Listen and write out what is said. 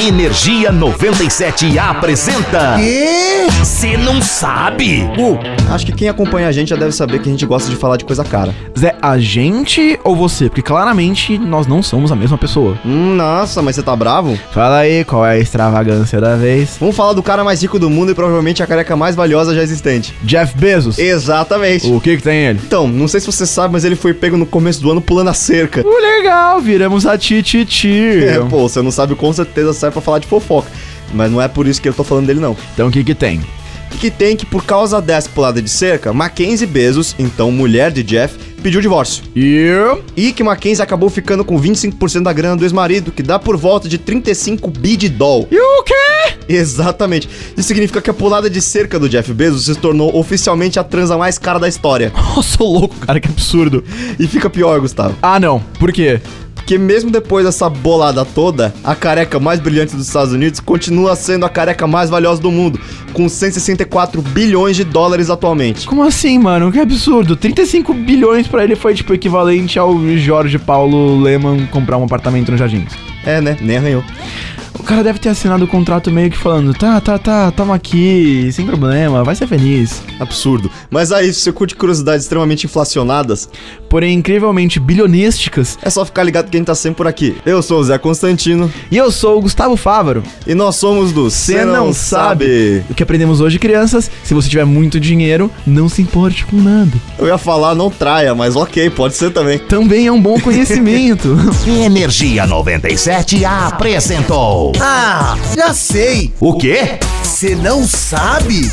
Energia 97 apresenta. Quê? Você não sabe? Uh, acho que quem acompanha a gente já deve saber que a gente gosta de falar de coisa cara. Zé, a gente ou você? Porque claramente nós não somos a mesma pessoa. Hum, nossa, mas você tá bravo? Fala aí, qual é a extravagância da vez? Vamos falar do cara mais rico do mundo e provavelmente a careca mais valiosa já existente. Jeff Bezos. Exatamente. O que que tem ele? Então, não sei se você sabe, mas ele foi pego no começo do ano pulando a cerca. Uh, legal, viramos a Tititi. É, pô, você não sabe com certeza sai pra falar de fofoca. Mas não é por isso que eu tô falando dele, não. Então o que que tem? Que tem que, por causa dessa pulada de cerca, Mackenzie Bezos, então mulher de Jeff, pediu divórcio. E... E que Mackenzie acabou ficando com 25% da grana do ex-marido, que dá por volta de 35 bi de doll. E o quê? Exatamente. Isso significa que a pulada de cerca do Jeff Bezos se tornou oficialmente a transa mais cara da história. Nossa, ô louco, cara, que absurdo. E fica pior, Gustavo. Ah, não. Por quê? Porque mesmo depois dessa bolada toda, a careca mais brilhante dos Estados Unidos continua sendo a careca mais valiosa do mundo, com 164 bilhões de dólares atualmente. Como assim, mano? Que absurdo. 35 bilhões pra ele foi, tipo, equivalente ao Jorge Paulo Lehmann comprar um apartamento no Jardins. É, né? Nem arranhou. O cara deve ter assinado o contrato meio que falando, tá, tá, tá, tamo aqui, sem problema, vai ser feliz. Absurdo. Mas aí, se você curte curiosidades extremamente inflacionadas, Porém, incrivelmente bilionísticas. é só ficar ligado que a gente tá sempre por aqui. Eu sou o Zé Constantino E eu sou o Gustavo Fávaro. e nós somos do Cê Não Sabe. O que aprendemos hoje, crianças, se você tiver muito dinheiro, não se importe com nada. Eu ia falar não traia, mas ok, pode ser também. Também é um bom conhecimento. Energia 97 apresentou. Ah, já sei. O quê? Você não sabe?